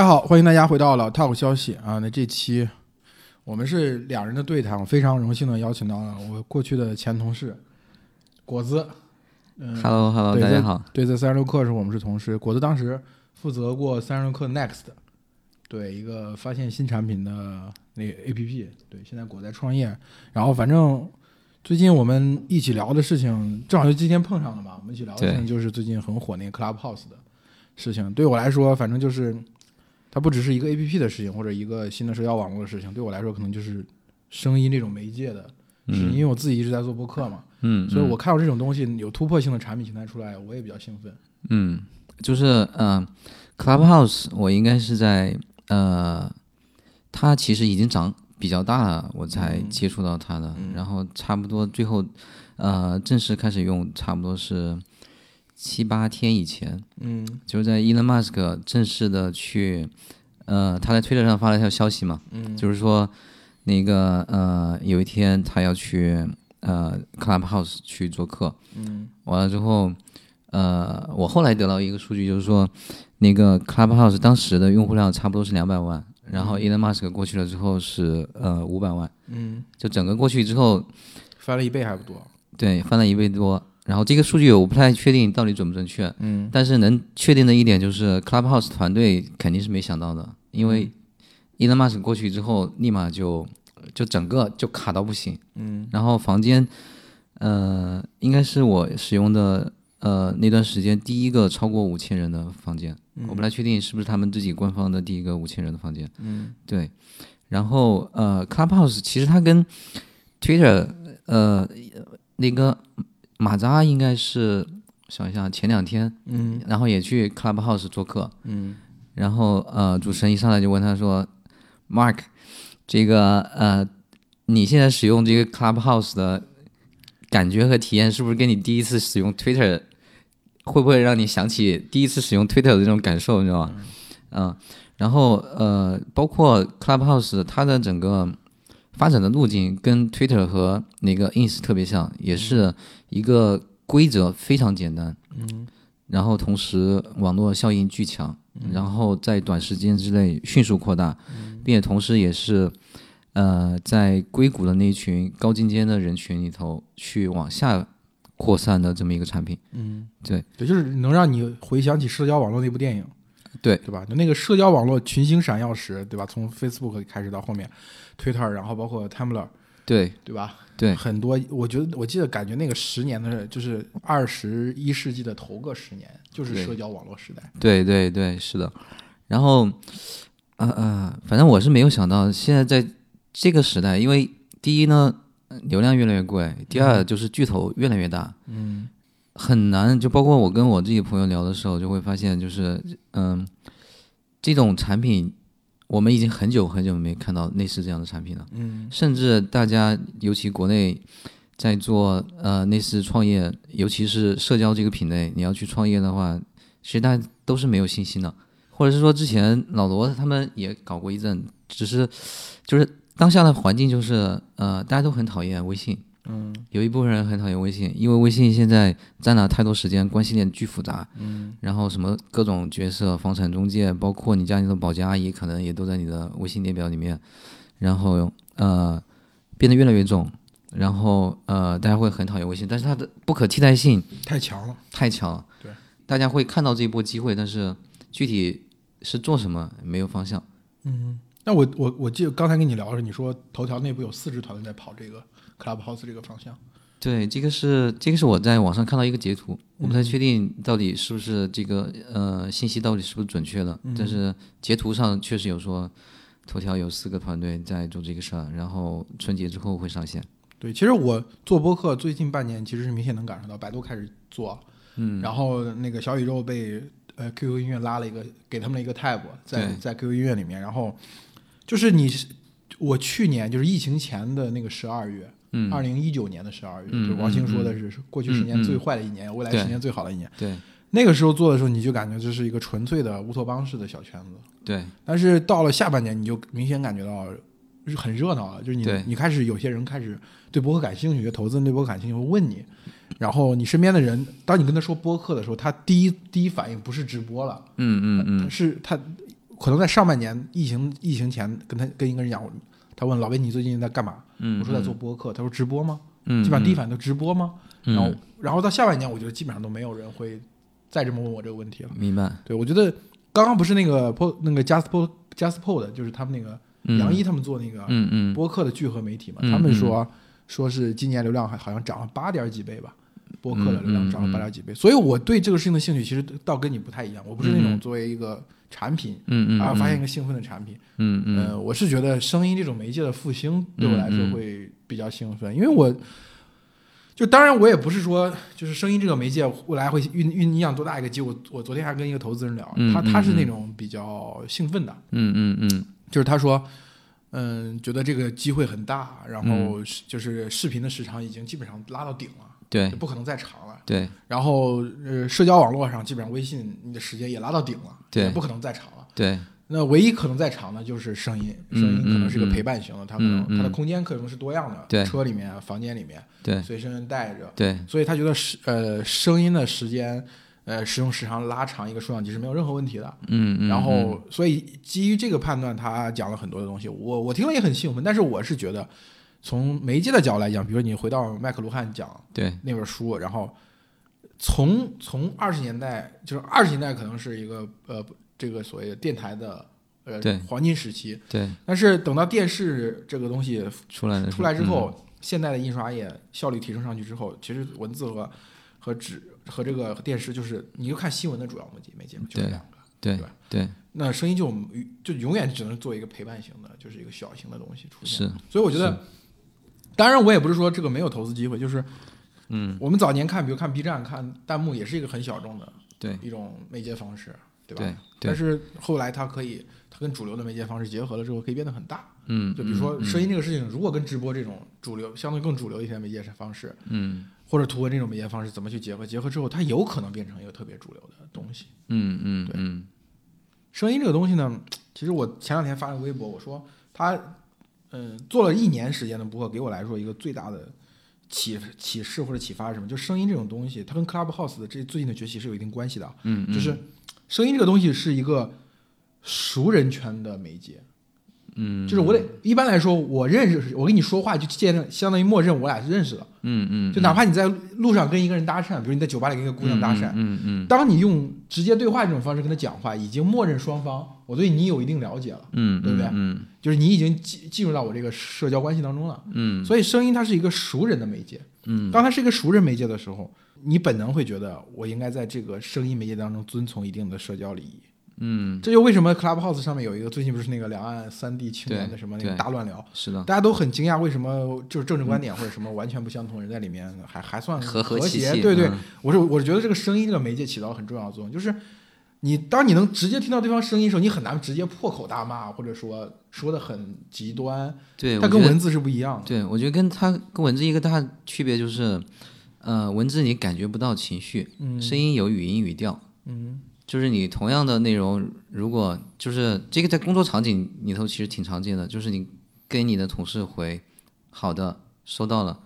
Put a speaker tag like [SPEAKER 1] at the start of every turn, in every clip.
[SPEAKER 1] 大家好，欢迎大家回到老 talk 消息啊。那这期我们是两人的对谈，我非常荣幸的邀请到了我过去的前同事果子。嗯
[SPEAKER 2] Hello Hello，
[SPEAKER 1] 对
[SPEAKER 2] 大
[SPEAKER 1] 这
[SPEAKER 2] 家好。
[SPEAKER 1] 对，在三十六氪时候我们是同事，果子当时负责过三十六氪 Next，对一个发现新产品的那个 APP，对，现在果在创业，然后反正最近我们一起聊的事情，正好就今天碰上了嘛，我们一起聊的事情
[SPEAKER 2] 对
[SPEAKER 1] 就是最近很火那个 Clubhouse 的事情，对我来说，反正就是它不只是一个 APP 的事情或者一个新的社交网络的事情，对我来说可能就是声音这种媒介的事情，因为我自己一直在做播客嘛。
[SPEAKER 2] 嗯，
[SPEAKER 1] 所以
[SPEAKER 2] 嗯
[SPEAKER 1] 我看到这种东西有突破性的产品形态出来，我也比较兴奋。
[SPEAKER 2] 嗯，就是嗯、c l u b h o u s e 我应该是在呃，它其实已经长比较大了，我才
[SPEAKER 1] 嗯
[SPEAKER 2] 接触到它的。
[SPEAKER 1] 嗯
[SPEAKER 2] 然后差不多最后呃正式开始用，差不多是七八天以前，
[SPEAKER 1] 嗯
[SPEAKER 2] 就是在 Elon Musk 正式的去呃，他在推特上发了一条消息嘛，
[SPEAKER 1] 嗯
[SPEAKER 2] 就是说那个呃，有一天他要去呃 Clubhouse 去做客，
[SPEAKER 1] 嗯
[SPEAKER 2] 完了之后，呃，我后来得到一个数据，就是说，那个 Clubhouse 当时的用户量差不多是两百万，然后 Elon Musk 过去了之后是呃五百万，
[SPEAKER 1] 嗯，
[SPEAKER 2] 就整个过去之后，
[SPEAKER 1] 翻了一倍还不多。
[SPEAKER 2] 对，翻了一倍多。然后这个数据我不太确定到底准不准确，
[SPEAKER 1] 嗯
[SPEAKER 2] 但是能确定的一点就是 Clubhouse 团队肯定是没想到的，因
[SPEAKER 1] 嗯
[SPEAKER 2] 为 Elon Musk 过去之后，立马就就整个就卡到不行。
[SPEAKER 1] 嗯
[SPEAKER 2] 然后房间，呃，应该是我使用的呃那段时间第一个超过五千人的房间，我不太确定是不是他们自己官方的第一个五千人的房间。
[SPEAKER 1] 嗯
[SPEAKER 2] 对，然后呃，Clubhouse 其实它跟 Twitter 呃那个马扎应该是想一下前两天，
[SPEAKER 1] 嗯
[SPEAKER 2] 然后也去 Clubhouse 做客，
[SPEAKER 1] 嗯
[SPEAKER 2] 然后呃，主持人一上来就问他说：“Mark，这个呃，你现在使用这个 Clubhouse 的感觉和体验，是不是跟你第一次使用 Twitter 会不会让你想起第一次使用 Twitter 的这种感受？你知道吗？”嗯、然后呃，包括 Clubhouse 它的整个发展的路径跟 Twitter 和那个 Ins 特别像，也是一个规则非常简单，
[SPEAKER 1] 嗯
[SPEAKER 2] 然后同时网络效应巨强，然后在短时间之内迅速扩大，并且同时也是，呃，在硅谷的那一群高精尖的人群里头去往下扩散的这么一个产品。
[SPEAKER 1] 嗯，
[SPEAKER 2] 对
[SPEAKER 1] 对，就是能让你回想起社交网络那部电影，
[SPEAKER 2] 对
[SPEAKER 1] 对吧？就那个社交网络群星闪耀时，对吧？从 Facebook 开始到后面，Twitter，然后包括 Tumblr，
[SPEAKER 2] 对
[SPEAKER 1] 对吧？
[SPEAKER 2] 对
[SPEAKER 1] 很多，我觉得我记得感觉那个十年的，就是二十一世纪的头个十年，就是
[SPEAKER 2] 对
[SPEAKER 1] 社交网络时代。
[SPEAKER 2] 对对对，是的。然后，呃呃，反正我是没有想到，现在在这个时代，因为第一呢，流量越来越贵；第二就是巨头越来越大，
[SPEAKER 1] 嗯
[SPEAKER 2] 很难，就包括我跟我自己朋友聊的时候，就会发现，就是嗯，这种产品我们已经很久很久没看到类似这样的产品了。
[SPEAKER 1] 嗯
[SPEAKER 2] 甚至大家，尤其国内在做呃类似创业，尤其是社交这个品类，你要去创业的话，其实大家都是没有信心的，或者是说之前老罗他们也搞过一阵，只是就是当下的环境就是呃大家都很讨厌微信，
[SPEAKER 1] 嗯
[SPEAKER 2] 有一部分人很讨厌微信，因为微信现在占了太多时间，关系链巨复杂，
[SPEAKER 1] 嗯
[SPEAKER 2] 然后什么各种角色、房产中介，包括你家里的保洁阿姨，可能也都在你的微信列表里面。然后呃，变得越来越重，然后呃，大家会很讨厌微信，但是它的不可替代性
[SPEAKER 1] 太强了。
[SPEAKER 2] 太强了。
[SPEAKER 1] 对，
[SPEAKER 2] 大家会看到这一波机会，但是具体是做什么没有方向。
[SPEAKER 1] 嗯，那我我我记得刚才跟你聊的时候，你说头条内部有四支团队在跑这个 Clubhouse 这个方向。
[SPEAKER 2] 对，这个是这个是我在网上看到一个截图，我
[SPEAKER 1] 嗯
[SPEAKER 2] 不太确定到底是不是这个呃信息到底是不是准确的，
[SPEAKER 1] 嗯
[SPEAKER 2] 但是截图上确实有说，头条有四个团队在做这个事儿，然后春节之后会上线。
[SPEAKER 1] 对，其实我做播客最近半年，其实是明显能感受到，百度开始做，嗯，然后那个小宇宙被呃 QQ 音乐拉了一个，给他们了一个 tab，在
[SPEAKER 2] 对
[SPEAKER 1] 在 QQ 音乐里面，然后就是你是我去年就是疫情前的那个十二月，
[SPEAKER 2] 嗯，
[SPEAKER 1] 二零一九年的十二月，
[SPEAKER 2] 嗯
[SPEAKER 1] 就王兴说的是、是过去十年
[SPEAKER 2] 嗯嗯
[SPEAKER 1] 最坏的一年，未来十
[SPEAKER 2] 对
[SPEAKER 1] 年最好的一年。
[SPEAKER 2] 对
[SPEAKER 1] 那个时候做的时候，你就感觉这是一个纯粹的乌托邦式的小圈子，
[SPEAKER 2] 对
[SPEAKER 1] 但是到了下半年，你就明显感觉到很热闹了，就是你
[SPEAKER 2] 对
[SPEAKER 1] 你开始有些人开始对播客感兴趣，投资人对播客感兴趣会问你，然后你身边的人，当你跟他说播客的时候，他第一第一反应不是直播了，
[SPEAKER 2] 嗯嗯嗯，
[SPEAKER 1] 是他可能在上半年疫情疫情前，跟他跟一个人讲，我他问老魏你最近在干嘛？
[SPEAKER 2] 嗯，
[SPEAKER 1] 我说在做播客，他说直播吗？
[SPEAKER 2] 嗯，嗯，
[SPEAKER 1] 基本上第一反应就直播吗？
[SPEAKER 2] 嗯，
[SPEAKER 1] 然后然后到下半年，我觉得基本上都没有人会再这么问我这个问题了。
[SPEAKER 2] 嗯明白，
[SPEAKER 1] 对我觉得刚刚不是那个 po 那个 JustPod JustPod 的就是他们那个
[SPEAKER 2] 嗯
[SPEAKER 1] 杨一他们做那个
[SPEAKER 2] 嗯嗯，
[SPEAKER 1] 播客的聚合媒体嘛，
[SPEAKER 2] 嗯
[SPEAKER 1] 他们说说是今年流量还好像涨了八点几倍吧，播客
[SPEAKER 2] 嗯
[SPEAKER 1] 的流量涨了八点几倍，所以我对这个事情的兴趣其实倒跟你不太一样，我不是那
[SPEAKER 2] 嗯
[SPEAKER 1] 种作为一个产品。
[SPEAKER 2] 嗯嗯，
[SPEAKER 1] 啊，
[SPEAKER 2] 嗯
[SPEAKER 1] 发现一个兴奋的产品，
[SPEAKER 2] 嗯嗯
[SPEAKER 1] 呃，我是觉得声音这种媒介的复兴对我来说
[SPEAKER 2] 嗯嗯
[SPEAKER 1] 会比较兴奋，因为我就当然我也不是说就是声音这个媒介未来会酝酝酿多大一个结果，我昨天还跟一个投资人聊，
[SPEAKER 2] 嗯
[SPEAKER 1] 他
[SPEAKER 2] 嗯
[SPEAKER 1] 他是那
[SPEAKER 2] 嗯
[SPEAKER 1] 种比较兴奋的，
[SPEAKER 2] 嗯嗯嗯
[SPEAKER 1] 就是他说，嗯，觉得这个机会很大，然
[SPEAKER 2] 嗯
[SPEAKER 1] 后是就是视频的时长已经基本上拉到顶了，
[SPEAKER 2] 对
[SPEAKER 1] 就不可能再长了。
[SPEAKER 2] 对，
[SPEAKER 1] 然后呃，社交网络上基本上微信你的时间也拉到顶了，
[SPEAKER 2] 对
[SPEAKER 1] 也不可能再长了。
[SPEAKER 2] 对，
[SPEAKER 1] 那唯一可能再长的就是声音，
[SPEAKER 2] 嗯
[SPEAKER 1] 声音可能是
[SPEAKER 2] 嗯
[SPEAKER 1] 个
[SPEAKER 2] 嗯
[SPEAKER 1] 陪伴型的，它可能、
[SPEAKER 2] 嗯
[SPEAKER 1] 它的空间可能是多样的，
[SPEAKER 2] 对
[SPEAKER 1] 车里面、啊房间里面
[SPEAKER 2] 对
[SPEAKER 1] 随身带着，
[SPEAKER 2] 对，
[SPEAKER 1] 所以他觉得是呃声音的时间呃使用时长拉长一个数量级是没有任何问题的。
[SPEAKER 2] 嗯嗯，
[SPEAKER 1] 然后，所以基于这个判断，他讲了很多的东西，我我听了也很兴奋。但是我是觉得，从媒介的角度来讲，比如你回到麦克卢汉讲
[SPEAKER 2] 对，
[SPEAKER 1] 那本书，然后从从二十年代，就是二十年代可能是一个呃这个所谓的电台的呃
[SPEAKER 2] 对
[SPEAKER 1] 黄金时期，
[SPEAKER 2] 对，
[SPEAKER 1] 但是等到电视这个东西
[SPEAKER 2] 出来的
[SPEAKER 1] 出来之，后，
[SPEAKER 2] 嗯
[SPEAKER 1] 现在的印刷业效率提升上去之后，其实文字和和纸和这个电视就是你就看新闻的主要媒介媒介嘛，就是
[SPEAKER 2] 对
[SPEAKER 1] 两个。
[SPEAKER 2] 嗯对
[SPEAKER 1] 对
[SPEAKER 2] 对
[SPEAKER 1] 那声音就就永远只能做一个陪伴型的，就是一个小型的东西出现。
[SPEAKER 2] 是，
[SPEAKER 1] 所以我觉得，当然我也不是说这个没有投资机会，就是
[SPEAKER 2] 嗯
[SPEAKER 1] 我们早年看，比如看 B 站看弹幕，也是一个很小众的
[SPEAKER 2] 对
[SPEAKER 1] 一种媒介方式，对吧？
[SPEAKER 2] 对
[SPEAKER 1] 但
[SPEAKER 2] 对，
[SPEAKER 1] 是后来它可以，它跟主流的媒介方式结合了之后，可以变得很大。
[SPEAKER 2] 嗯，
[SPEAKER 1] 就比如说
[SPEAKER 2] 嗯
[SPEAKER 1] 声音这个事情，如果跟直播这种主流相对更主流一些的媒介方式，
[SPEAKER 2] 嗯
[SPEAKER 1] 或者图文这种媒介方式怎么去结合？结合之后，它有可能变成一个特别主流的东西。
[SPEAKER 2] 嗯嗯嗯
[SPEAKER 1] 声音这个东西呢，其实我前两天发了个微博，我说他，嗯、做了一年时间的播客，给我来说一个最大的启启示或者启发是什么？就声音这种东西，它跟 Clubhouse 的这最近的崛起是有一定关系的啊。
[SPEAKER 2] 嗯，
[SPEAKER 1] 就是声音这个东西是一个熟人圈的媒介，
[SPEAKER 2] 嗯，
[SPEAKER 1] 就是我得一般来说，我认识我跟你说话就见证，相当于默认我俩是认识的。
[SPEAKER 2] 嗯嗯，
[SPEAKER 1] 就哪怕你在路上跟一个人搭讪，比如你在酒吧里跟一个姑娘搭讪，
[SPEAKER 2] 嗯嗯
[SPEAKER 1] 当你用直接对话这种方式跟他讲话，已经默认双方我对你有一定了解了，
[SPEAKER 2] 嗯，嗯
[SPEAKER 1] 就是你已经进进入到我这个社交关系当中了。
[SPEAKER 2] 嗯
[SPEAKER 1] 所以声音它是一个熟人的媒介。
[SPEAKER 2] 嗯，
[SPEAKER 1] 当它是一个熟人媒介的时候，你本能会觉得我应该在这个声音媒介当中遵从一定的社交礼仪。
[SPEAKER 2] 嗯，
[SPEAKER 1] 这就为什么 Clubhouse 上面有一个最近不是那个两岸三地青年的
[SPEAKER 2] 对
[SPEAKER 1] 什么那个
[SPEAKER 2] 对
[SPEAKER 1] 大乱聊，
[SPEAKER 2] 是的，
[SPEAKER 1] 大家都很惊讶为什么就是政治观点或者什么完全不相同的人在里面还还算
[SPEAKER 2] 和嗯
[SPEAKER 1] 和
[SPEAKER 2] 和气
[SPEAKER 1] 谐
[SPEAKER 2] 气，
[SPEAKER 1] 对对，我是我是觉得这个声音这个媒介起到很重要的作用，就是你当你能直接听到对方声音的时候，你很难直接破口大骂，或者说说的很极端，
[SPEAKER 2] 对，
[SPEAKER 1] 它跟文字是不一样的。
[SPEAKER 2] 对，我觉得跟它跟文字一个大区别就是，呃，文字你感觉不到情绪，
[SPEAKER 1] 嗯
[SPEAKER 2] 声音有语音语调。
[SPEAKER 1] 嗯
[SPEAKER 2] 就是你同样的内容，如果就是这个在工作场景里头其实挺常见的，就是你跟你的同事回“好的，收到了”，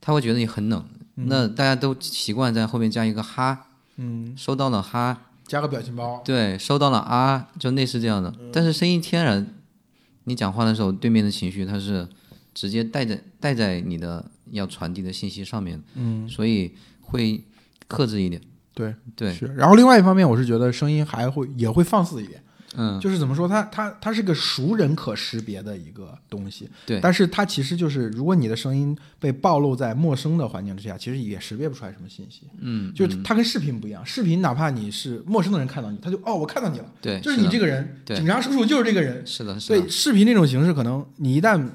[SPEAKER 2] 他会觉得你很冷。那大家都习惯在后面加一个“哈”，
[SPEAKER 1] 嗯，
[SPEAKER 2] 收到了“哈
[SPEAKER 1] 加个表情”，包，
[SPEAKER 2] 对，收到了“啊”，就类似这
[SPEAKER 1] 嗯
[SPEAKER 2] 样的。但是声音天然，你讲话的时候，对面的情绪它是直接带在带在你的要传递的信息上面，
[SPEAKER 1] 嗯，
[SPEAKER 2] 所以会克制一点。
[SPEAKER 1] 对
[SPEAKER 2] 对，
[SPEAKER 1] 是。然后另外一方面，我是觉得声音还会也会放肆一点，
[SPEAKER 2] 嗯，
[SPEAKER 1] 就是怎么说，它它它是个熟人可识别的一个东西，
[SPEAKER 2] 对
[SPEAKER 1] 但是它其实就是，如果你的声音被暴露在陌生的环境之下，其实也识别不出来什么信息。
[SPEAKER 2] 嗯，
[SPEAKER 1] 就是它跟视频不一样，视频哪怕你是陌生的人看到你，他就哦，我看到你了，
[SPEAKER 2] 对，
[SPEAKER 1] 就是
[SPEAKER 2] 是
[SPEAKER 1] 你
[SPEAKER 2] 的
[SPEAKER 1] 这个人，
[SPEAKER 2] 对
[SPEAKER 1] 警察叔叔就是这个人。
[SPEAKER 2] 是的，是的
[SPEAKER 1] 对，视频这种形式，可能你一旦
[SPEAKER 2] 是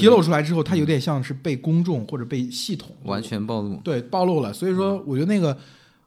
[SPEAKER 1] 披露出来之后，它有点像是被公众或者被系统
[SPEAKER 2] 完全暴露。
[SPEAKER 1] 对暴露了。所以说，我觉得那个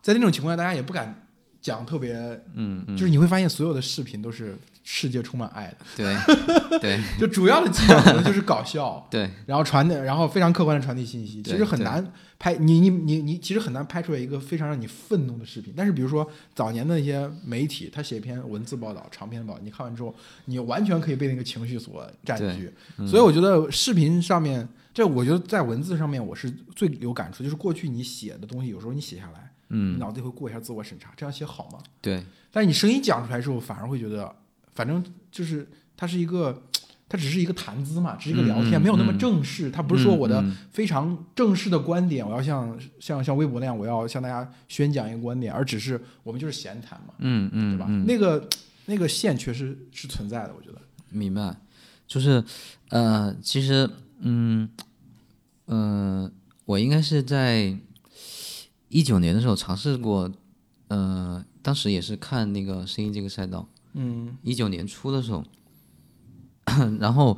[SPEAKER 1] 在那种情况下，大家也不敢讲特别，
[SPEAKER 2] 嗯嗯，
[SPEAKER 1] 就是你会发现所有的视频都是世界充满爱的，
[SPEAKER 2] 对对。
[SPEAKER 1] 就主要的技巧可能就是搞笑
[SPEAKER 2] 对
[SPEAKER 1] 然后传的，然后非常客观的传递信息，其
[SPEAKER 2] 对
[SPEAKER 1] 实很
[SPEAKER 2] 对
[SPEAKER 1] 难拍你你你你其实很难拍出来一个非常让你愤怒的视频。但是比如说早年的一些媒体，他写一篇文字报道、长篇报道，你看完之后，你完全可以被那个情绪所占
[SPEAKER 2] 对
[SPEAKER 1] 据。
[SPEAKER 2] 嗯
[SPEAKER 1] 所以我觉得视频上面，这我觉得在文字上面我是最有感触，就是过去你写的东西，有时候你写下来，
[SPEAKER 2] 嗯
[SPEAKER 1] 你脑子里会过一下自我审查，这样写好吗？
[SPEAKER 2] 对
[SPEAKER 1] 但是你声音讲出来之后，反而会觉得反正就是它是一个，它只是一个谈资嘛，只是一个聊天，没有那么正式。它不是说我的非常正式的观点，我要像像像微博那样，我要向大家宣讲一个观点，而只是我们就是闲谈嘛，
[SPEAKER 2] 嗯嗯，
[SPEAKER 1] 对吧？
[SPEAKER 2] 嗯
[SPEAKER 1] 那个那个线确实是存在的，我觉得。
[SPEAKER 2] 明白，就是呃，其实嗯呃，我应该是在一九年的时候尝试过，呃，当时也是看那个声音这个赛道，
[SPEAKER 1] 嗯
[SPEAKER 2] 一九年初的时候，然后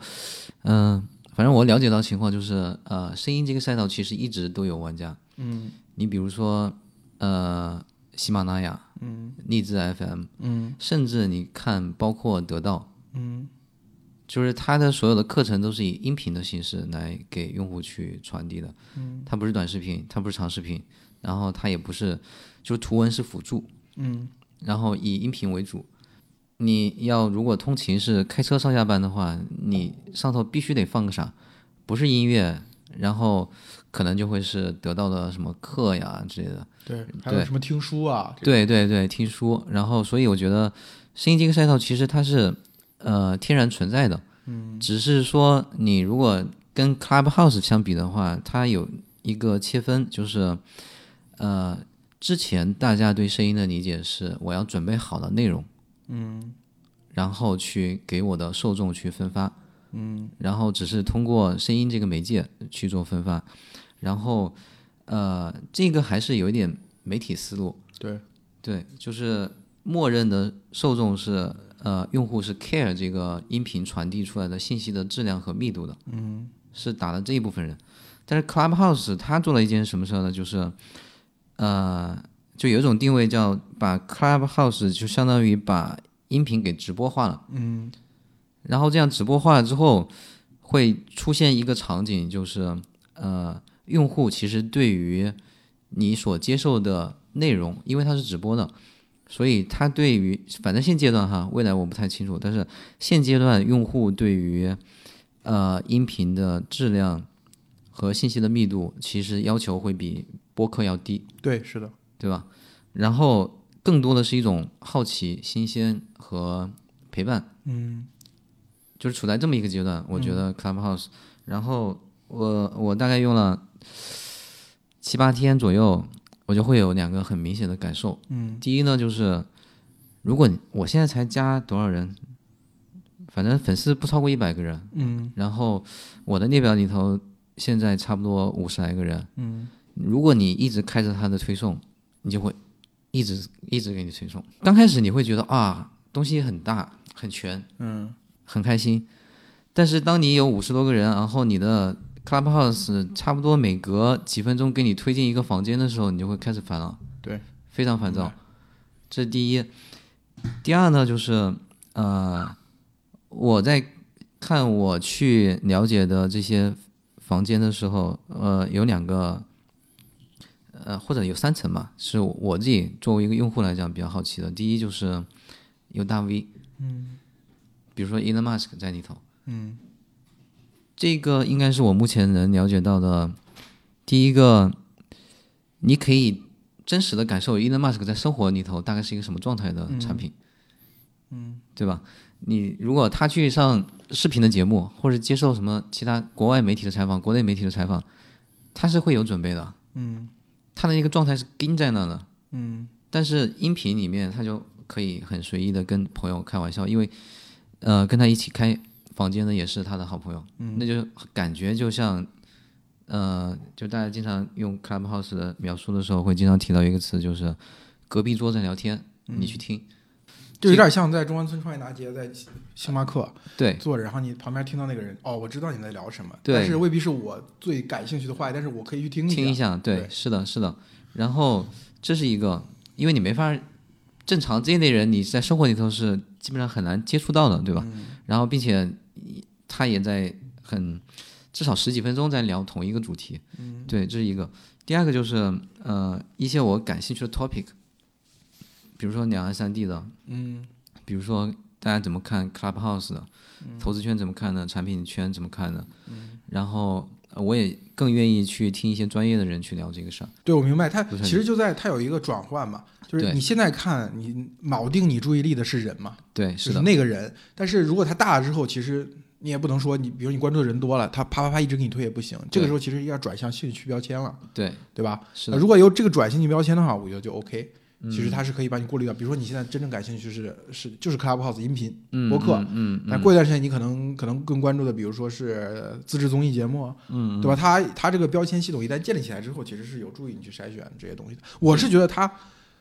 [SPEAKER 2] 嗯、呃反正我了解到情况就是，呃，声音这个赛道其实一直都有玩家，
[SPEAKER 1] 嗯
[SPEAKER 2] 你比如说呃，喜马拉雅、
[SPEAKER 1] 嗯
[SPEAKER 2] 荔枝 FM，
[SPEAKER 1] 嗯
[SPEAKER 2] 甚至你看包括得到。
[SPEAKER 1] 嗯
[SPEAKER 2] 就是它的所有的课程都是以音频的形式来给用户去传递的，
[SPEAKER 1] 嗯
[SPEAKER 2] 它不是短视频，它不是长视频，然后它也不是，就是图文是辅助，
[SPEAKER 1] 嗯
[SPEAKER 2] 然后以音频为主。你要如果通勤是开车上下班的话，你上头必须得放个啥，不是音乐，然后可能就会是得到的什么课呀之类的，
[SPEAKER 1] 对，还有什么听书啊？这
[SPEAKER 2] 对对对，听书。然后，所以我觉得声音这个赛道其实它是呃天然存在的，嗯，只是说你如果跟 Clubhouse 相比的话，它有一个切分，就是呃之前大家对声音的理解是我要准备好的内容，
[SPEAKER 1] 嗯
[SPEAKER 2] 然后去给我的受众去分发，
[SPEAKER 1] 嗯
[SPEAKER 2] 然后只是通过声音这个媒介去做分发，然后呃这个还是有一点媒体思路。
[SPEAKER 1] 对，
[SPEAKER 2] 对，就是默认的受众是呃，用户是 care 这个音频传递出来的信息的质量和密度的，
[SPEAKER 1] 嗯
[SPEAKER 2] 是打了这一部分人。但是 Clubhouse 它做了一件什么事儿呢？就是呃，就有一种定位叫把 Clubhouse 就相当于把音频给直播化了。
[SPEAKER 1] 嗯
[SPEAKER 2] 然后这样直播化了之后，会出现一个场景，就是呃，用户其实对于你所接受的内容，因为它是直播的，所以他对于反正现阶段哈，未来我不太清楚，但是现阶段用户对于呃音频的质量和信息的密度，其实要求会比播客要低。
[SPEAKER 1] 对，是的，
[SPEAKER 2] 对吧？然后更多的是一种好奇、新鲜和陪伴，
[SPEAKER 1] 嗯
[SPEAKER 2] 就是处在这么一个阶段。我觉得 Clubhouse，、然后我我大概用了七八天左右，我就会有两个很明显的感受。
[SPEAKER 1] 嗯
[SPEAKER 2] 第一呢，就是如果你我现在才加多少人，反正粉丝不超过一百个人，
[SPEAKER 1] 嗯
[SPEAKER 2] 然后我的列表里头现在差不多五十来个人，
[SPEAKER 1] 嗯
[SPEAKER 2] 如果你一直开着它的推送，你就会一直一直给你推送。刚开始你会觉得啊，东西很大、很全、
[SPEAKER 1] 嗯
[SPEAKER 2] 很开心，但是当你有五十多个人，然后你的 Clubhouse 差不多每隔几分钟给你推进一个房间的时候，你就会开始烦了，
[SPEAKER 1] 对，
[SPEAKER 2] 非常烦躁。这是第一。第二呢，就是呃，我在看我去了解的这些房间的时候，呃，有两个，呃，或者有三层吧，是我自己作为一个用户来讲比较好奇的。第一就是有大 V，
[SPEAKER 1] 嗯
[SPEAKER 2] 比如说 Elon Musk 在里头，
[SPEAKER 1] 嗯
[SPEAKER 2] 这个应该是我目前能了解到的第一个，你可以真实的感受 Elon Musk 在生活里头大概是一个什么状态的产品，
[SPEAKER 1] 嗯
[SPEAKER 2] 对吧？你如果他去上视频的节目，或者接受什么其他国外媒体的采访、国内媒体的采访，他是会有准备的，
[SPEAKER 1] 嗯
[SPEAKER 2] 他的一个状态是盯在那的。
[SPEAKER 1] 嗯
[SPEAKER 2] 但是音频里面他就可以很随意的跟朋友开玩笑，因为呃跟他一起开房间的也是他的好朋友，那就感觉就像呃就大家经常用 Clubhouse 的描述的时候会经常提到一个词，就是隔壁桌在聊天，你去听，
[SPEAKER 1] 就有点像在中关村创业大街，在星星巴克
[SPEAKER 2] 对
[SPEAKER 1] 坐着，然后你旁边听到那个人，哦，我知道你在聊什么，
[SPEAKER 2] 对
[SPEAKER 1] 但是未必是我最感兴趣的话题，但是我可以去听
[SPEAKER 2] 听一下，对，
[SPEAKER 1] 对
[SPEAKER 2] 是的，是的。然后这是一个，因为你没法正常这一类人，你在生活里头是基本上很难接触到的，对吧？然后并且他也在很至少十几分钟在聊同一个主题，对，这是一个。第二个就是呃一些我感兴趣的 topic，比如说两岸三地的，
[SPEAKER 1] 嗯
[SPEAKER 2] 比如说大家怎嗯么看 Clubhouse 的，投资圈怎么看的，产品圈怎么看的，然后呃我也更愿意去听一些专业的人去聊这个事儿。
[SPEAKER 1] 对，我明白，它
[SPEAKER 2] 不是
[SPEAKER 1] 其实就在它有一个转换嘛，就是
[SPEAKER 2] 对
[SPEAKER 1] 你现在看你铆定你注意力的是人嘛，
[SPEAKER 2] 对，
[SPEAKER 1] 就是
[SPEAKER 2] 的，
[SPEAKER 1] 那个人，但是如果他大了之后，其实你也不能说你，比如你关注的人多了，他啪啪啪一直给你推也不行，这个时候其实要转向兴趣标签了，
[SPEAKER 2] 对，
[SPEAKER 1] 对吧？
[SPEAKER 2] 是
[SPEAKER 1] 呃
[SPEAKER 2] 的。
[SPEAKER 1] 如果有这个转兴趣标签的话，我觉得就 OK。
[SPEAKER 2] 嗯
[SPEAKER 1] 其实它是可以把你过滤掉，比如说你现在真正感兴趣是是就是 Clubhouse 音频，
[SPEAKER 2] 嗯
[SPEAKER 1] 博客
[SPEAKER 2] 嗯，嗯
[SPEAKER 1] 但过一段时间你可能可能更关注的，比如说是呃自制综艺节目，
[SPEAKER 2] 嗯，嗯
[SPEAKER 1] 对吧？它它这个标签系统一旦建立起来之后，其实是有助于你去筛选这些东西的。我是觉得它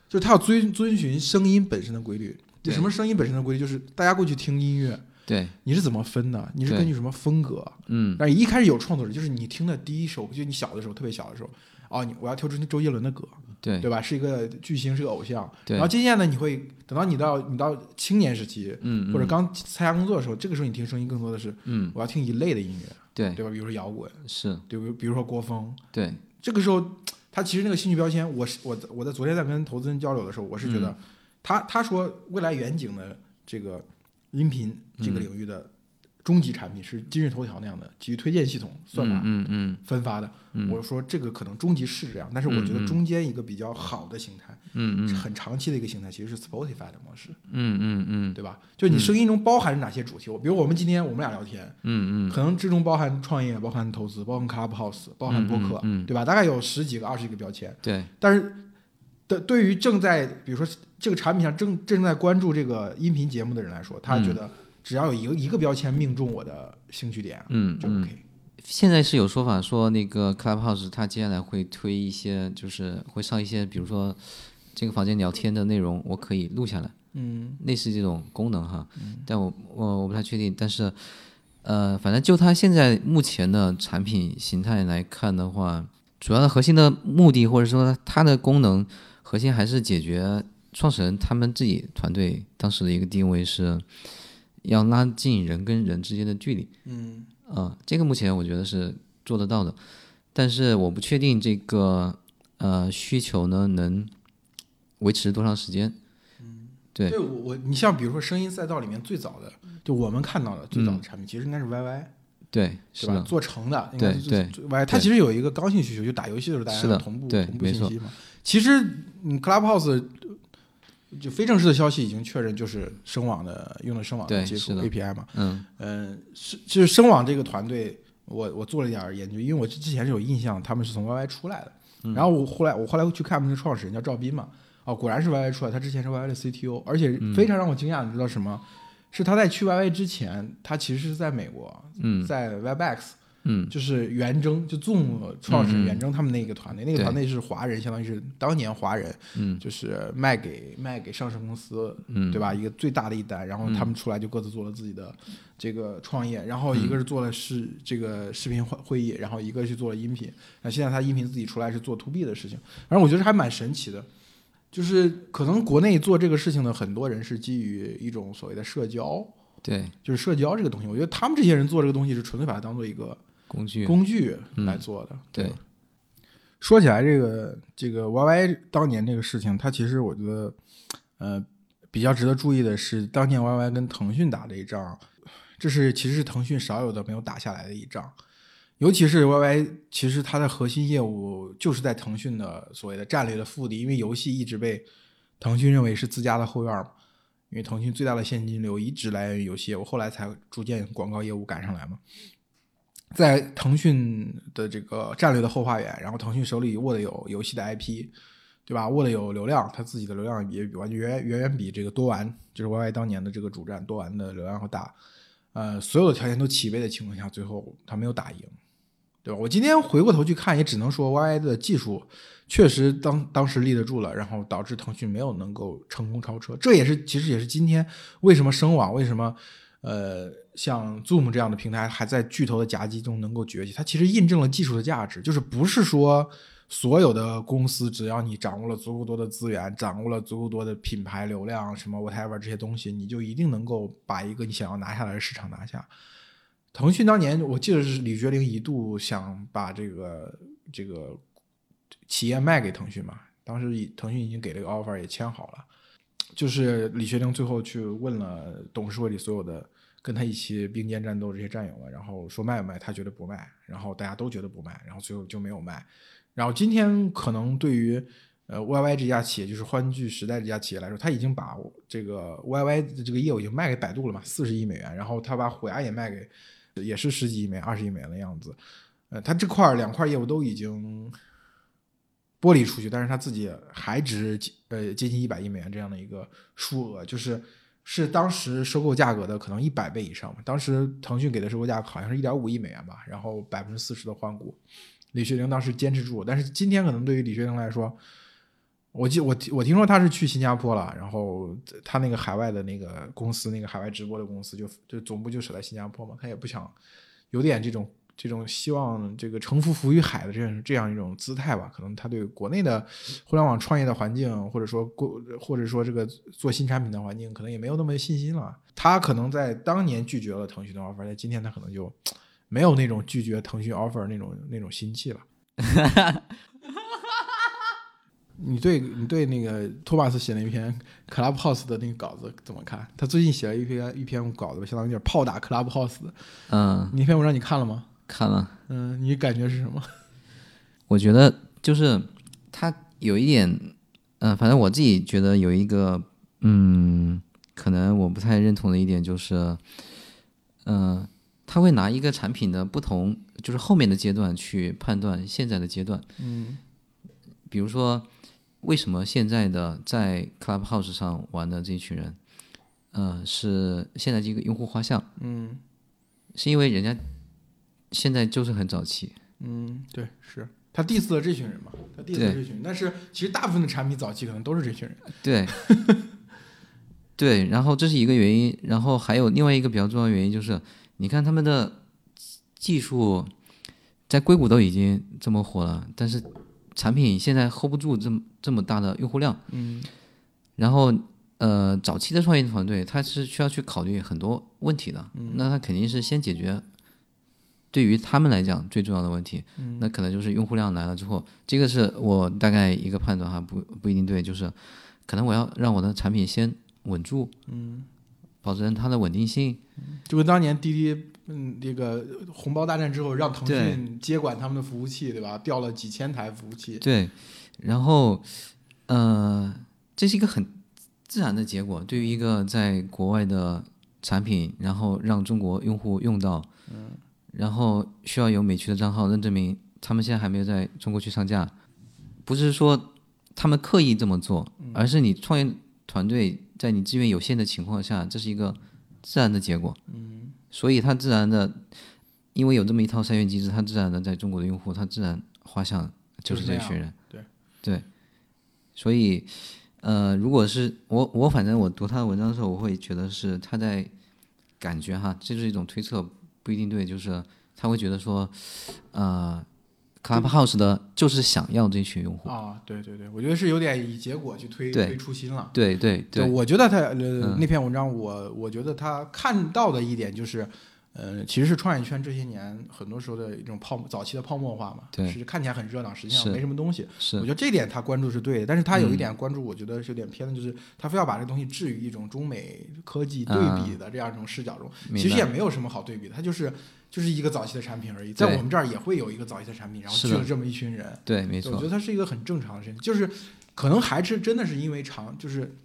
[SPEAKER 1] 就是它要遵遵循声音本身的规律。就
[SPEAKER 2] 对
[SPEAKER 1] 什么声音本身的规律？就是大家过去听音乐，
[SPEAKER 2] 对，
[SPEAKER 1] 你是怎么分的？你是
[SPEAKER 2] 对
[SPEAKER 1] 根据什么风格？
[SPEAKER 2] 嗯，
[SPEAKER 1] 但是一开始有创作者，就是你听的第一首，就你小的时候，特别小的时候，哦，你我要挑出周杰伦的歌，
[SPEAKER 2] 对，嗯
[SPEAKER 1] 对吧？是一个巨星，是个偶像。
[SPEAKER 2] 对
[SPEAKER 1] 然后渐渐的，你会等到你到你到青年时期，
[SPEAKER 2] 嗯，
[SPEAKER 1] 或者
[SPEAKER 2] 嗯
[SPEAKER 1] 刚参加工作的时候，这个时候你听声音更多的是
[SPEAKER 2] 嗯，
[SPEAKER 1] 我要听一类的音乐，
[SPEAKER 2] 对，
[SPEAKER 1] 对吧？比如说摇滚，
[SPEAKER 2] 是，
[SPEAKER 1] 对，比如比如说国风。
[SPEAKER 2] 对，
[SPEAKER 1] 这个时候，他其实那个兴趣标签，我是我在我在昨天在跟投资人交流的时候，我是觉
[SPEAKER 2] 嗯
[SPEAKER 1] 得他他说未来远景的这个音频这
[SPEAKER 2] 嗯
[SPEAKER 1] 个领域的终极产品是今日头条那样的基于推荐系统算法
[SPEAKER 2] 嗯嗯
[SPEAKER 1] 分发的。
[SPEAKER 2] 嗯
[SPEAKER 1] 我说这个可能终极是这样，但是我觉
[SPEAKER 2] 嗯
[SPEAKER 1] 得
[SPEAKER 2] 嗯
[SPEAKER 1] 中间一个比较好的形态，
[SPEAKER 2] 嗯嗯嗯
[SPEAKER 1] 很长期的一个形态其实是 Spotify 的模式，
[SPEAKER 2] 嗯嗯嗯
[SPEAKER 1] 对吧？就你声音中包含着哪些主题？我比如我们今天我们俩聊天，
[SPEAKER 2] 嗯嗯，
[SPEAKER 1] 可能之中包含创业、包含投资、包含 Clubhouse、包含播客，
[SPEAKER 2] 嗯，嗯嗯
[SPEAKER 1] 对吧？大概有十几个、二十几个标签。
[SPEAKER 2] 对，
[SPEAKER 1] 但是的对于正在比如说这个产品上正正在关注这个音频节目的人来说，他
[SPEAKER 2] 嗯
[SPEAKER 1] 觉得只要有一个一个标签命中我的兴趣点
[SPEAKER 2] 嗯
[SPEAKER 1] 就
[SPEAKER 2] 嗯。
[SPEAKER 1] OK。
[SPEAKER 2] 现在是有说法说，那个 Clubhouse 它接下来会推一些，就是会上一些，比如说这个房间聊天的内容，我可以录下来，
[SPEAKER 1] 嗯
[SPEAKER 2] 类似这种功能哈。但我我我不太确定，但是呃，反正就它现在目前的产品形态来看的话，主要的核心的目的或者说它的功能核心还是解决创始人他们自己团队当时的一个定位是要拉近人跟人之间的距离。
[SPEAKER 1] 嗯
[SPEAKER 2] 啊，这个目前我觉得是做得到的，但是我不确定这个呃需求呢能维持多长时间。对
[SPEAKER 1] 对我我你像比如说声音赛道里面最早的，就我们看到的最早
[SPEAKER 2] 嗯
[SPEAKER 1] 的产品，其实应该是 YY，
[SPEAKER 2] 对，是
[SPEAKER 1] 对吧？
[SPEAKER 2] 的，
[SPEAKER 1] 做成的，应该
[SPEAKER 2] 对
[SPEAKER 1] 是最
[SPEAKER 2] 对
[SPEAKER 1] 最 YY，它其实有一个刚性需求，就打游戏的时候大家
[SPEAKER 2] 是的
[SPEAKER 1] 要同步
[SPEAKER 2] 对
[SPEAKER 1] 同步
[SPEAKER 2] 没
[SPEAKER 1] 信
[SPEAKER 2] 错
[SPEAKER 1] 息嘛。其实嗯，Clubhouse 就非正式的消息已经确认，就是声网的用了声网的
[SPEAKER 2] 对
[SPEAKER 1] 接
[SPEAKER 2] 是
[SPEAKER 1] 触
[SPEAKER 2] 的
[SPEAKER 1] API 嘛。
[SPEAKER 2] 嗯
[SPEAKER 1] 嗯，是就是声网这个团队，我我做了一点儿研究，因为我之前是有印象，他们是从 YY 出来的。
[SPEAKER 2] 嗯
[SPEAKER 1] 然后我后来我后来去看他们的创始人叫赵斌嘛，哦，果然是 YY 出来，他之前是 YY 的 CTO，而且
[SPEAKER 2] 嗯
[SPEAKER 1] 非常让我惊讶，你知道什么？是他在去 YY 之前，他其实是在美国，
[SPEAKER 2] 嗯
[SPEAKER 1] 在 Webex，
[SPEAKER 2] 嗯，
[SPEAKER 1] 就是袁征，就 Zoom 创始人
[SPEAKER 2] 嗯嗯
[SPEAKER 1] 袁征他们那个团队，那个
[SPEAKER 2] 对
[SPEAKER 1] 团队是华人，相当于是当年华人，
[SPEAKER 2] 嗯
[SPEAKER 1] 就是卖给卖给上市公司，
[SPEAKER 2] 嗯
[SPEAKER 1] 对吧？一个最大的一单，然后他们出来就各自做了自己的这个创业，然
[SPEAKER 2] 嗯
[SPEAKER 1] 后一个是做了视这个视频会会议，然后一个是做了音频，那现在他音频自己出来是做 to B 的事情，反正我觉得还蛮神奇的。就是可能国内做这个事情的很多人是基于一种所谓的社交，
[SPEAKER 2] 对，
[SPEAKER 1] 就是社交这个东西。我觉得他们这些人做这个东西是纯粹把它当做一个
[SPEAKER 2] 工具，
[SPEAKER 1] 工具来做的。
[SPEAKER 2] 对
[SPEAKER 1] 吧，嗯说起来这个这个 YY 当年这个事情，它其实我觉得，呃，比较值得注意的是，当年 YY 跟腾讯打这一仗，这是其实是腾讯少有的没有打下来的一仗。尤其是 YY，其实它的核心业务就是在腾讯的所谓的战略的腹地，因为游戏一直被腾讯认为是自家的后院嘛。因为腾讯最大的现金流一直来源于游戏业务，后来才逐渐广告业务赶上来嘛。在腾讯的这个战略的后花园，然后腾讯手里握的有游戏的 IP，对吧？握的有流量，它自己的流量也比完远远远比这个多玩，就是 YY 当年的这个主战多玩的流量要大。呃，所有的条件都齐备的情况下，最后他没有打赢，对吧？我今天回过头去看，也只能说 YY 的技术确实当当时立得住了，然后导致腾讯没有能够成功超车。这也是其实也是今天为什么声网为什么呃像 Zoom 这样的平台还在巨头的夹击中能够崛起，它其实印证了技术的价值，就是不是说。所有的公司，只要你掌握了足够多的资源，掌握了足够多的品牌流量，什么 whatever 这些东西，你就一定能够把一个你想要拿下来的市场拿下。腾讯当年我记得是李学凌一度想把这个这个企业卖给腾讯嘛，当时已腾讯已经给了个 offer 也签好了，就是李学凌最后去问了董事会里所有的跟他一起并肩战斗这些战友们，然后说卖不卖，他觉得不卖，然后大家都觉得不卖，然后最后就没有卖。然后今天可能对于呃 YY 这家企业，就是欢聚时代这家企业来说，他已经把这个 YY 的这个业务已经卖给百度了嘛，四十亿美元，然后他把虎牙也卖给也是十几亿美元、二十亿美元的样子。呃，他这块儿两块业务都已经剥离出去，但是他自己还值呃接近一百亿美元这样的一个数额，就是是当时收购价格的可能一百倍以上嘛。当时腾讯给的收购价格好像是一点五亿美元吧，然后百分之四十的换股。李学凌当时坚持住，但是今天可能对于李学凌来说，我记我我听说他是去新加坡了，然后他那个海外的那个公司，那个海外直播的公司就就总部就设在新加坡嘛，他也不想有点这种。这种希望这个乘风浮于海的这样这样一种姿态吧，可能他对国内的互联网创业的环境，或者说过或者说这个做新产品的环境，可能也没有那么信心了。他可能在当年拒绝了腾讯的 offer，在今天他可能就没有那种拒绝腾讯 offer 那种那种心 气了。你对你对那个托马斯写了一篇 Clubhouse 的那个稿子怎么看？他最近写了一篇一篇稿子，相当于有点炮打 Clubhouse。
[SPEAKER 2] 嗯，
[SPEAKER 1] 那篇文章你看了吗？
[SPEAKER 2] 看了。
[SPEAKER 1] 嗯，你感觉是什么？
[SPEAKER 2] 我觉得就是他有一点，嗯、反正我自己觉得有一个，嗯，可能我不太认同的一点就是，嗯、他会拿一个产品的不同，就是后面的阶段去判断现在的阶段。
[SPEAKER 1] 嗯
[SPEAKER 2] 比如说，为什么现在的在 Clubhouse 上玩的这一群人，呃，是现在这个用户画像，
[SPEAKER 1] 嗯
[SPEAKER 2] 是因为人家现在就是很早期，
[SPEAKER 1] 嗯，对，是他 diss 了这群人嘛，他 diss 了
[SPEAKER 2] 对
[SPEAKER 1] 这群人，但是其实大部分的产品早期可能都是这群人。
[SPEAKER 2] 对， 对，然后这是一个原因，然后还有另外一个比较重要的原因就是，你看他们的技术在硅谷都已经这么火了，但是产品现在 hold 不住这么这么大的用户量，
[SPEAKER 1] 嗯
[SPEAKER 2] 然后呃，早期的创业团队他是需要去考虑很多问题的，那他肯定是先解决。对于他们来讲，最重要的问题，那可能就是用户量来了之后，这个是我大概一个判断哈，不不一定对，就是可能我要让我的产品先稳住，
[SPEAKER 1] 嗯，
[SPEAKER 2] 保证它的稳定性。
[SPEAKER 1] 就跟当年滴滴嗯那个红包大战之后，让腾讯
[SPEAKER 2] 对
[SPEAKER 1] 接管他们的服务器，对吧？调了几千台服务器。
[SPEAKER 2] 对，然后呃，这是一个很自然的结果，对于一个在国外的产品，然后让中国用户用到，然后需要有美区的账号，那证明他们现在还没有在中国去上架，不是说他们刻意这么做，而是你创业团队在你资源有限的情况下，这是一个自然的结果。嗯，所以它自然的，因为有这么一套筛选机制，它自然的在中国的用户，它自然画像就
[SPEAKER 1] 就是这
[SPEAKER 2] 这
[SPEAKER 1] 样
[SPEAKER 2] 群人。
[SPEAKER 1] 对
[SPEAKER 2] 对，所以呃，如果是我，我反正我读他的文章的时候，我会觉得是他在感觉哈，这是一种推测，不一定对，就是他会觉得说，呃，Clubhouse 的就是想要这群用户，
[SPEAKER 1] 啊，对对对，我觉得是有点以结果去推
[SPEAKER 2] 对
[SPEAKER 1] 推初心了。
[SPEAKER 2] 对对对，嗯
[SPEAKER 1] 我觉得他、呃那篇文章我，我觉得他看到的一点就是，呃，其实是创业圈这些年很多时候的一种泡沫早期的泡沫化嘛，
[SPEAKER 2] 对
[SPEAKER 1] 是看起来很热闹，实际上
[SPEAKER 2] 是
[SPEAKER 1] 没什么东西。我
[SPEAKER 2] 是嗯
[SPEAKER 1] 觉得这点他关注是对的，但是他有一点关注，我觉得是有点偏的，就是他非要把这东西置于一种中美科技对比的这样一种视角中，
[SPEAKER 2] 嗯明白
[SPEAKER 1] 其实也没有什么好对比的，它就是就是一个早期的产品而已，在
[SPEAKER 2] 对
[SPEAKER 1] 我们这儿也会有一个早期的产品，然后
[SPEAKER 2] 是
[SPEAKER 1] 聚
[SPEAKER 2] 的
[SPEAKER 1] 了这么一群人，
[SPEAKER 2] 对，没
[SPEAKER 1] 对我
[SPEAKER 2] 错
[SPEAKER 1] 觉，得它是一个很正常的事情，就是可能还是真的是因为长，就是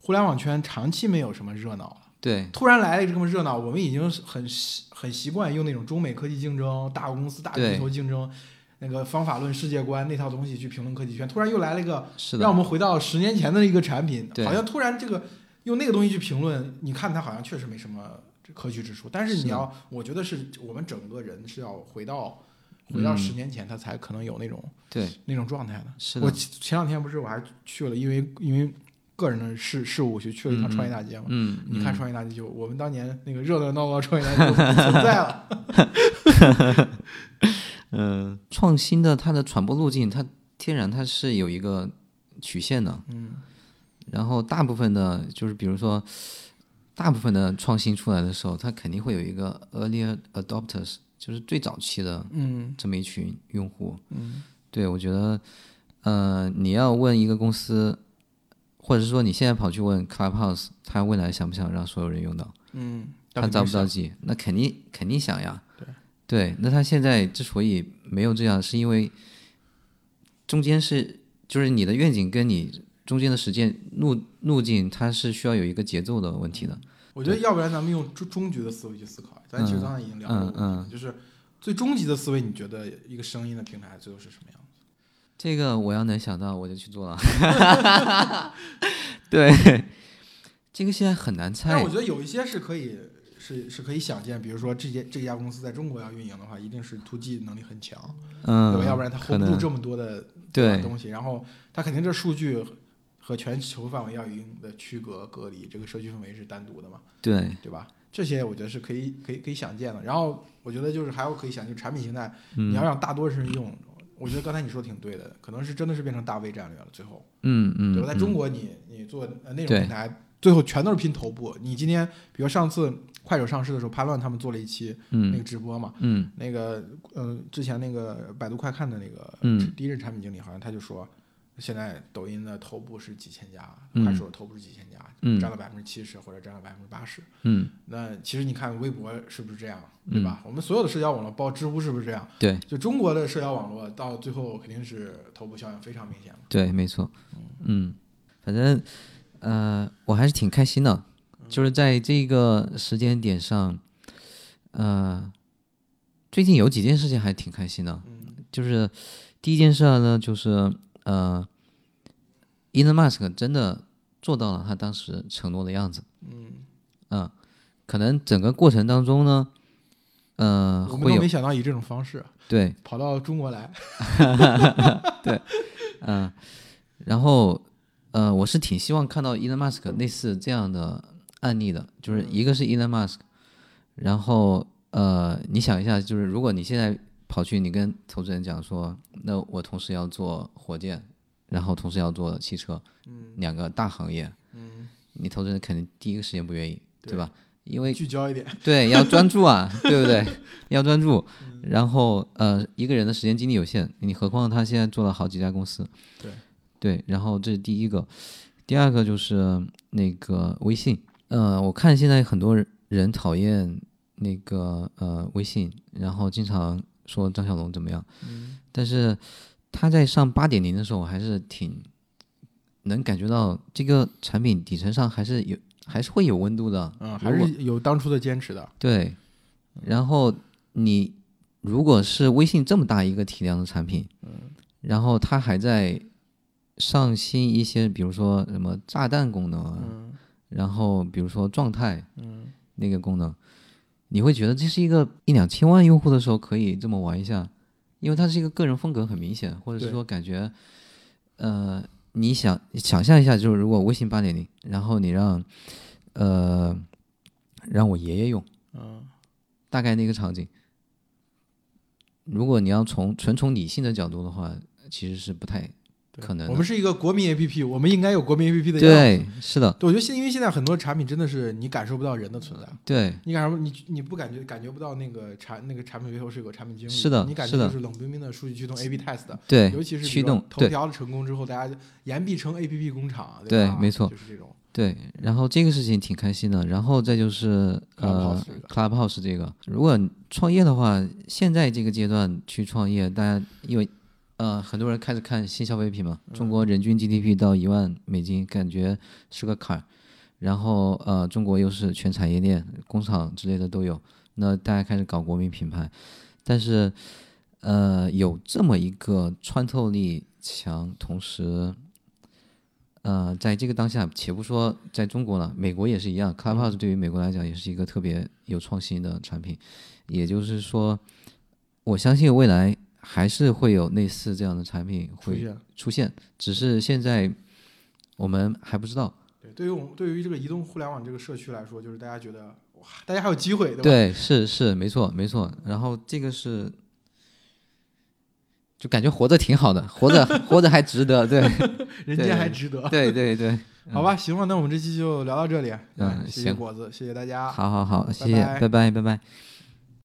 [SPEAKER 1] 互联网圈长期没有什么热闹了，
[SPEAKER 2] 对
[SPEAKER 1] 突然来了这么热闹，我们已经很习很习惯用那种中美科技竞争、大公司大
[SPEAKER 2] 对
[SPEAKER 1] 巨头竞争。那个方法论、世界观那套东西去评论科技圈，突然又来了一个
[SPEAKER 2] 是
[SPEAKER 1] 让我
[SPEAKER 2] 的，
[SPEAKER 1] 们回到十年前的一个产品，
[SPEAKER 2] 对
[SPEAKER 1] 好像突然这个用那个东西去评论，你看它好像确实没什么可取之处，但是
[SPEAKER 2] 是
[SPEAKER 1] 你
[SPEAKER 2] 的
[SPEAKER 1] 要，我觉得是我们整个人是要回到回到
[SPEAKER 2] 嗯
[SPEAKER 1] 十年前，它才可能有那种
[SPEAKER 2] 对
[SPEAKER 1] 那种状态的。
[SPEAKER 2] 是
[SPEAKER 1] 我
[SPEAKER 2] 的，
[SPEAKER 1] 前前两天不是我还去了，因为因为个人的事事务去去了一趟
[SPEAKER 2] 嗯嗯
[SPEAKER 1] 创业大街嘛。
[SPEAKER 2] 嗯，
[SPEAKER 1] 你看
[SPEAKER 2] 嗯
[SPEAKER 1] 创业大街就我们当年那个热热闹闹的创业大街就不存在 了。
[SPEAKER 2] 呃，创新的它的传播路径，它天然它是有一个曲线的，
[SPEAKER 1] 嗯
[SPEAKER 2] 然后大部分的，就是比如说，大部分的创新出来的时候，它肯定会有一个 early adopters，就是最早期的
[SPEAKER 1] 嗯
[SPEAKER 2] 这么一群用户。
[SPEAKER 1] 嗯
[SPEAKER 2] 对我觉得，呃，你要问一个公司或者是说你现在跑去问 Clubhouse，它未来想不想让所有人用到？
[SPEAKER 1] 嗯，
[SPEAKER 2] 他着不着
[SPEAKER 1] 着？
[SPEAKER 2] 急？那肯定肯定想呀。
[SPEAKER 1] 对
[SPEAKER 2] 那他现在之所以没有这样，是因为中间是就是你的愿景跟你中间的实践路路径，它是需要有一个节奏的问题的。
[SPEAKER 1] 我觉得要不然咱们用终终局的思维去思考，咱其实刚才已经聊过
[SPEAKER 2] 嗯
[SPEAKER 1] 了，
[SPEAKER 2] 嗯，
[SPEAKER 1] 就是最终极的思维，你觉得一个声音的平台最后是什么样子？
[SPEAKER 2] 这个我要能想到我就去做了。对，这个现在很难
[SPEAKER 1] 但
[SPEAKER 2] 猜
[SPEAKER 1] 是我。觉得有一些是可以是是可以想见，比如说这些这家公司在中国要运营的话，一定是 to G 能力很强，对
[SPEAKER 2] 嗯
[SPEAKER 1] 吧？，要不然它
[SPEAKER 2] 可
[SPEAKER 1] hold 不住
[SPEAKER 2] 能
[SPEAKER 1] 这么多的
[SPEAKER 2] 对
[SPEAKER 1] 东西，然后它肯定这数据和全球范围要有一定的区隔隔离，这个社区氛围是单独的嘛，
[SPEAKER 2] 对，
[SPEAKER 1] 对吧？这些我觉得是可以可以可以想见的。然后我觉得就是还有可以想，就是产品形态，
[SPEAKER 2] 嗯
[SPEAKER 1] 你要让大多数人用，我觉得刚才你说的挺对的，可能是真的是变成大 V 战略了，最后。
[SPEAKER 2] 嗯嗯，
[SPEAKER 1] 对吧？在
[SPEAKER 2] 嗯
[SPEAKER 1] 中国你，你做呃内容
[SPEAKER 2] 对
[SPEAKER 1] 平台，最后全都是拼头部。你今天，比如上次快手上市的时候，潘乱他们做了一期那
[SPEAKER 2] 嗯
[SPEAKER 1] 个直播嘛，
[SPEAKER 2] 嗯
[SPEAKER 1] 那个呃，之前那个百度快看的那个
[SPEAKER 2] 嗯
[SPEAKER 1] 第一任产品经理，好像他就说，现在抖音的头部是几千家，
[SPEAKER 2] 嗯
[SPEAKER 1] 快手的头部是几千家，
[SPEAKER 2] 嗯
[SPEAKER 1] 占了百分之七十或者占了百分之八十。
[SPEAKER 2] 嗯，
[SPEAKER 1] 那其实你看微博是不是这样，对吧？我们所有的社交网络，包括知乎是不是这样？
[SPEAKER 2] 对
[SPEAKER 1] 就中国的社交网络到最后肯定是头部效应非常明显嘛。
[SPEAKER 2] 对，没错，嗯，反正呃，我还是挺开心的，
[SPEAKER 1] 嗯
[SPEAKER 2] 就是在这个时间点上，呃，最近有几件事情还挺开心的，
[SPEAKER 1] 嗯
[SPEAKER 2] 就是第一件事儿呢，就是呃，Elon Musk 真的做到了他当时承诺的样子，
[SPEAKER 1] 嗯。
[SPEAKER 2] 嗯，可能整个过程当中呢，呃，
[SPEAKER 1] 我们
[SPEAKER 2] 会
[SPEAKER 1] 都
[SPEAKER 2] 有
[SPEAKER 1] 没想到以这种方式
[SPEAKER 2] 对，
[SPEAKER 1] 跑到中国来。
[SPEAKER 2] 嗯、然后呃，我是挺希望看到 Elon Musk 类似这样的案例的，就是
[SPEAKER 1] 嗯
[SPEAKER 2] 一个是 Elon Musk，然后呃，你想一下，就是如果你现在跑去你跟投资人讲说，那我同时要做火箭，然后同时要做汽车，
[SPEAKER 1] 嗯
[SPEAKER 2] 两个大行业，
[SPEAKER 1] 嗯，
[SPEAKER 2] 你投资人肯定第一个时间不愿意，对
[SPEAKER 1] 对
[SPEAKER 2] 吧？因为
[SPEAKER 1] 聚焦一点。
[SPEAKER 2] 对，要专注啊，对不对？ 要专注。然后呃，一个人的时间精力有限，你何况他现在做了好几家公司。
[SPEAKER 1] 对
[SPEAKER 2] 对，然后这是第一个，第二个就是那个微信。呃，我看现在很多人人讨厌那个呃微信，然后经常说张小龙怎么样，
[SPEAKER 1] 嗯
[SPEAKER 2] 但是他在上八点零的时候，我还是挺能感觉到这个产品底层上还是有还是会有温度的。
[SPEAKER 1] 嗯，
[SPEAKER 2] 如
[SPEAKER 1] 还
[SPEAKER 2] 果
[SPEAKER 1] 是有当初的坚持的。
[SPEAKER 2] 对，然后你如果是微信这么大一个体量的产品，嗯，然后它还在上新一些，比如说什么炸弹功能啊，
[SPEAKER 1] 嗯
[SPEAKER 2] 然后比如说状态
[SPEAKER 1] 嗯
[SPEAKER 2] 那个功能，你会觉得这是一个一两千万用户的时候可以这么玩一下，因为它是一个个人风格很明显，或者是
[SPEAKER 1] 对
[SPEAKER 2] 说感觉，呃，你想想象一下，就是如果微信八点零，然后你让，呃，让我爷爷用。
[SPEAKER 1] 嗯
[SPEAKER 2] 大概那个场景。如果你要从纯从理性的角度的话，其实是不太
[SPEAKER 1] 对
[SPEAKER 2] 可能的
[SPEAKER 1] 我们是一个国民 APP，我们应该有国民 APP 的样子。
[SPEAKER 2] 对，是的，
[SPEAKER 1] 对，我觉得现因为现在很多产品真的是你感受不到人的存在，
[SPEAKER 2] 对，
[SPEAKER 1] 你感受你你不感觉感觉不到那个产那个产品背后是有个产品经理，
[SPEAKER 2] 是的
[SPEAKER 1] 你感觉
[SPEAKER 2] 是的
[SPEAKER 1] 就是冷冰冰的数据驱动 A/B test 的，
[SPEAKER 2] 对，
[SPEAKER 1] 尤其是比
[SPEAKER 2] 驱
[SPEAKER 1] 如说
[SPEAKER 2] 动，
[SPEAKER 1] 头
[SPEAKER 2] 对
[SPEAKER 1] 条的成功之后，大家就言必称 APP 工厂，啊
[SPEAKER 2] 对
[SPEAKER 1] 吧？
[SPEAKER 2] 没错
[SPEAKER 1] 就是这种。
[SPEAKER 2] 对。然后这个事情挺开心的，然后再就是呃
[SPEAKER 1] Clubhouse 这个
[SPEAKER 2] ，Clubhouse 这个，如果创业的话，现在这个阶段去创业，大家因为呃很多人开始看新消费品嘛，中国人均 GDP 到一万美金，感觉是个坎儿。然后呃，中国又是全产业链、工厂之类的都有，那大家开始搞国民品牌，但是呃，有这么一个穿透力强，同时呃，在这个当下，且不说在中国了，美国也是一样，Clubhouse 对于美国来讲也是一个特别有创新的产品，也就是说，我相信未来还是会有类似这样的产品
[SPEAKER 1] 出
[SPEAKER 2] 会
[SPEAKER 1] 现
[SPEAKER 2] 出现，只是现在我们还不知道。
[SPEAKER 1] 对，对于我们对于这个移动互联网这个社区来说，就是大家觉得哇，大家还有机会，对吧？
[SPEAKER 2] 对，是是，没错没错。然后这个是，就感觉活着挺好的，活着活着还值得。对
[SPEAKER 1] 人间还值得。
[SPEAKER 2] 对对对，
[SPEAKER 1] 好吧，行了，那我们这期就聊到这里。
[SPEAKER 2] 嗯
[SPEAKER 1] 谢谢
[SPEAKER 2] 行
[SPEAKER 1] 果子，谢谢大家。
[SPEAKER 2] 好好好，谢
[SPEAKER 1] 拜
[SPEAKER 2] 谢，
[SPEAKER 1] 拜
[SPEAKER 2] 拜拜拜拜。